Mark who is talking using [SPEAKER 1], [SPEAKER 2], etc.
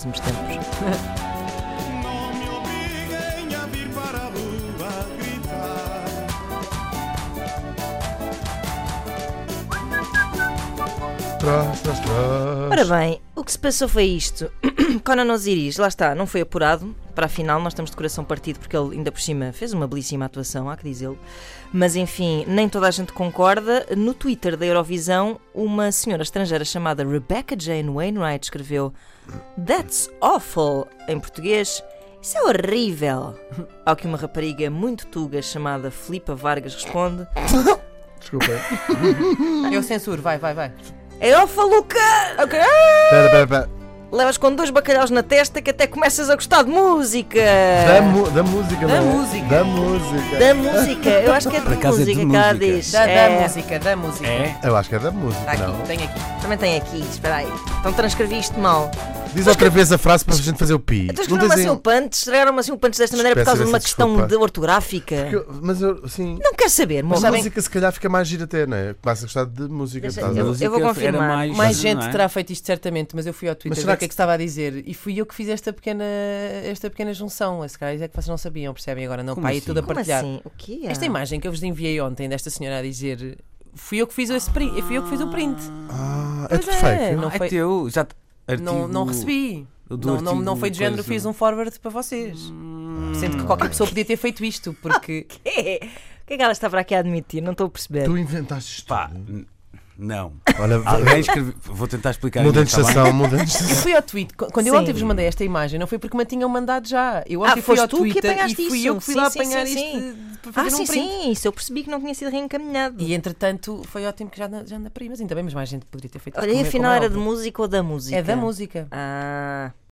[SPEAKER 1] próximos tempos.
[SPEAKER 2] Não me obriguem a vir para a rua gritar.
[SPEAKER 3] Trás, trás, trás.
[SPEAKER 1] Ora bem, o que se passou foi isto. Conan Osiris, lá está, não foi apurado. Para a final, nós estamos de coração partido porque ele, ainda por cima, fez uma belíssima atuação, há que dizê-lo. Mas enfim, nem toda a gente concorda. No Twitter da Eurovisão, uma senhora estrangeira chamada Rebecca Jane Wainwright escreveu: That's awful, em português. Isso é horrível! Ao que uma rapariga muito tuga chamada Filipa Vargas responde:
[SPEAKER 3] Desculpa.
[SPEAKER 4] Eu censuro, vai, vai, vai.
[SPEAKER 1] É awful o quê?
[SPEAKER 3] Pera, pera, pera.
[SPEAKER 1] Levas com dois bacalhaus na testa que até começas a gostar de música.
[SPEAKER 3] Da, mu- da música,
[SPEAKER 4] Da
[SPEAKER 3] não é?
[SPEAKER 4] música.
[SPEAKER 3] Da música.
[SPEAKER 1] Da música. Eu acho que é de
[SPEAKER 5] acaso é de
[SPEAKER 1] música que ela
[SPEAKER 5] música.
[SPEAKER 1] diz.
[SPEAKER 4] Da, da
[SPEAKER 1] É,
[SPEAKER 4] música, da música.
[SPEAKER 3] Eu acho que é da música,
[SPEAKER 4] Está aqui,
[SPEAKER 3] não.
[SPEAKER 4] tem aqui.
[SPEAKER 1] Também tem aqui, espera aí. Então transcrevi isto mal.
[SPEAKER 3] Diz outra vez a frase para a gente fazer o pi.
[SPEAKER 1] Então
[SPEAKER 3] Não
[SPEAKER 1] escreveram-me
[SPEAKER 3] dizem-
[SPEAKER 1] assim o punch, estragaram-me assim o punch desta maneira por
[SPEAKER 3] Espécie
[SPEAKER 1] causa de uma
[SPEAKER 3] dessa
[SPEAKER 1] questão
[SPEAKER 3] desculpa.
[SPEAKER 1] de ortográfica.
[SPEAKER 3] Que eu- Mas eu, sim.
[SPEAKER 1] Não quero saber,
[SPEAKER 3] Mas
[SPEAKER 1] mas
[SPEAKER 3] a música se calhar fica mais gira até, não é? Começa a gostar de música. tá
[SPEAKER 1] Deixa-
[SPEAKER 3] por causa
[SPEAKER 1] eu-
[SPEAKER 3] da-
[SPEAKER 1] eu- vou
[SPEAKER 5] era
[SPEAKER 1] confirmar.
[SPEAKER 5] Mais,
[SPEAKER 4] Mais
[SPEAKER 5] não
[SPEAKER 4] gente
[SPEAKER 5] é?
[SPEAKER 4] terá feito isto certamente, mas eu fui ao Twitter ver
[SPEAKER 3] será
[SPEAKER 4] o que
[SPEAKER 3] que
[SPEAKER 4] é que estava a dizer e fui eu que fiz esta pequena, esta pequena junção. Esse cara é que vocês não sabiam, percebem agora, não,
[SPEAKER 5] Como
[SPEAKER 4] pá, e
[SPEAKER 5] assim?
[SPEAKER 4] tudo a
[SPEAKER 1] como
[SPEAKER 4] partilhar.
[SPEAKER 1] assim? O que é?
[SPEAKER 4] Esta imagem que eu vos enviei ontem desta senhora a dizer fui eu que fiz, esse print, fui eu que fiz o print.
[SPEAKER 3] Ah, é
[SPEAKER 4] Pois
[SPEAKER 3] tudo
[SPEAKER 4] é.
[SPEAKER 3] fake.
[SPEAKER 4] Não
[SPEAKER 5] Não,
[SPEAKER 4] foi-
[SPEAKER 5] é teu. Já te-
[SPEAKER 4] Não, não
[SPEAKER 5] artigo-
[SPEAKER 4] recebi.
[SPEAKER 5] do
[SPEAKER 4] Não, não, não
[SPEAKER 5] artigo
[SPEAKER 4] foi de género,
[SPEAKER 5] coisa. Hum.
[SPEAKER 4] fiz um forward para vocês. Sendo que qualquer pessoa podia ter feito isto, porque
[SPEAKER 1] É. O que é que ela estava aqui a admitir? Não estou a perceber.
[SPEAKER 3] Tu inventaste isto.
[SPEAKER 5] Pá, n- não.
[SPEAKER 3] Olha,
[SPEAKER 5] Alguém escreveu. Vou tentar explicar.
[SPEAKER 3] muda
[SPEAKER 5] ainda,
[SPEAKER 3] de
[SPEAKER 5] tá bem?
[SPEAKER 3] estação, muda de
[SPEAKER 4] Eu
[SPEAKER 3] estação.
[SPEAKER 4] fui ao Twitter. Qu- Quando eu
[SPEAKER 1] Sim.
[SPEAKER 4] ontem vos mandei esta imagem, não foi porque me tinham mandado já. Eu
[SPEAKER 1] Ah,
[SPEAKER 4] ontem fui
[SPEAKER 1] foste
[SPEAKER 4] ao
[SPEAKER 1] tu que
[SPEAKER 4] Twitter
[SPEAKER 1] apanhaste
[SPEAKER 4] e fui
[SPEAKER 1] isso.
[SPEAKER 4] eu que fui
[SPEAKER 1] Sim,
[SPEAKER 4] lá
[SPEAKER 1] sim,
[SPEAKER 4] apanhar
[SPEAKER 1] sim,
[SPEAKER 4] isto
[SPEAKER 1] sim.
[SPEAKER 4] de- de- para
[SPEAKER 1] Ah,
[SPEAKER 4] fazer um
[SPEAKER 1] sim,
[SPEAKER 4] print.
[SPEAKER 1] sim, isso eu percebi que não tinha sido reencaminhado.
[SPEAKER 4] E entretanto foi ótimo que já anda, já anda para aí, mas ainda bem, mas mais gente poderia ter feito
[SPEAKER 1] Olha, e
[SPEAKER 4] como é-
[SPEAKER 1] afinal
[SPEAKER 4] como é
[SPEAKER 1] era de
[SPEAKER 4] óbvio.
[SPEAKER 1] música ou da música?
[SPEAKER 4] É da música.
[SPEAKER 1] Ah.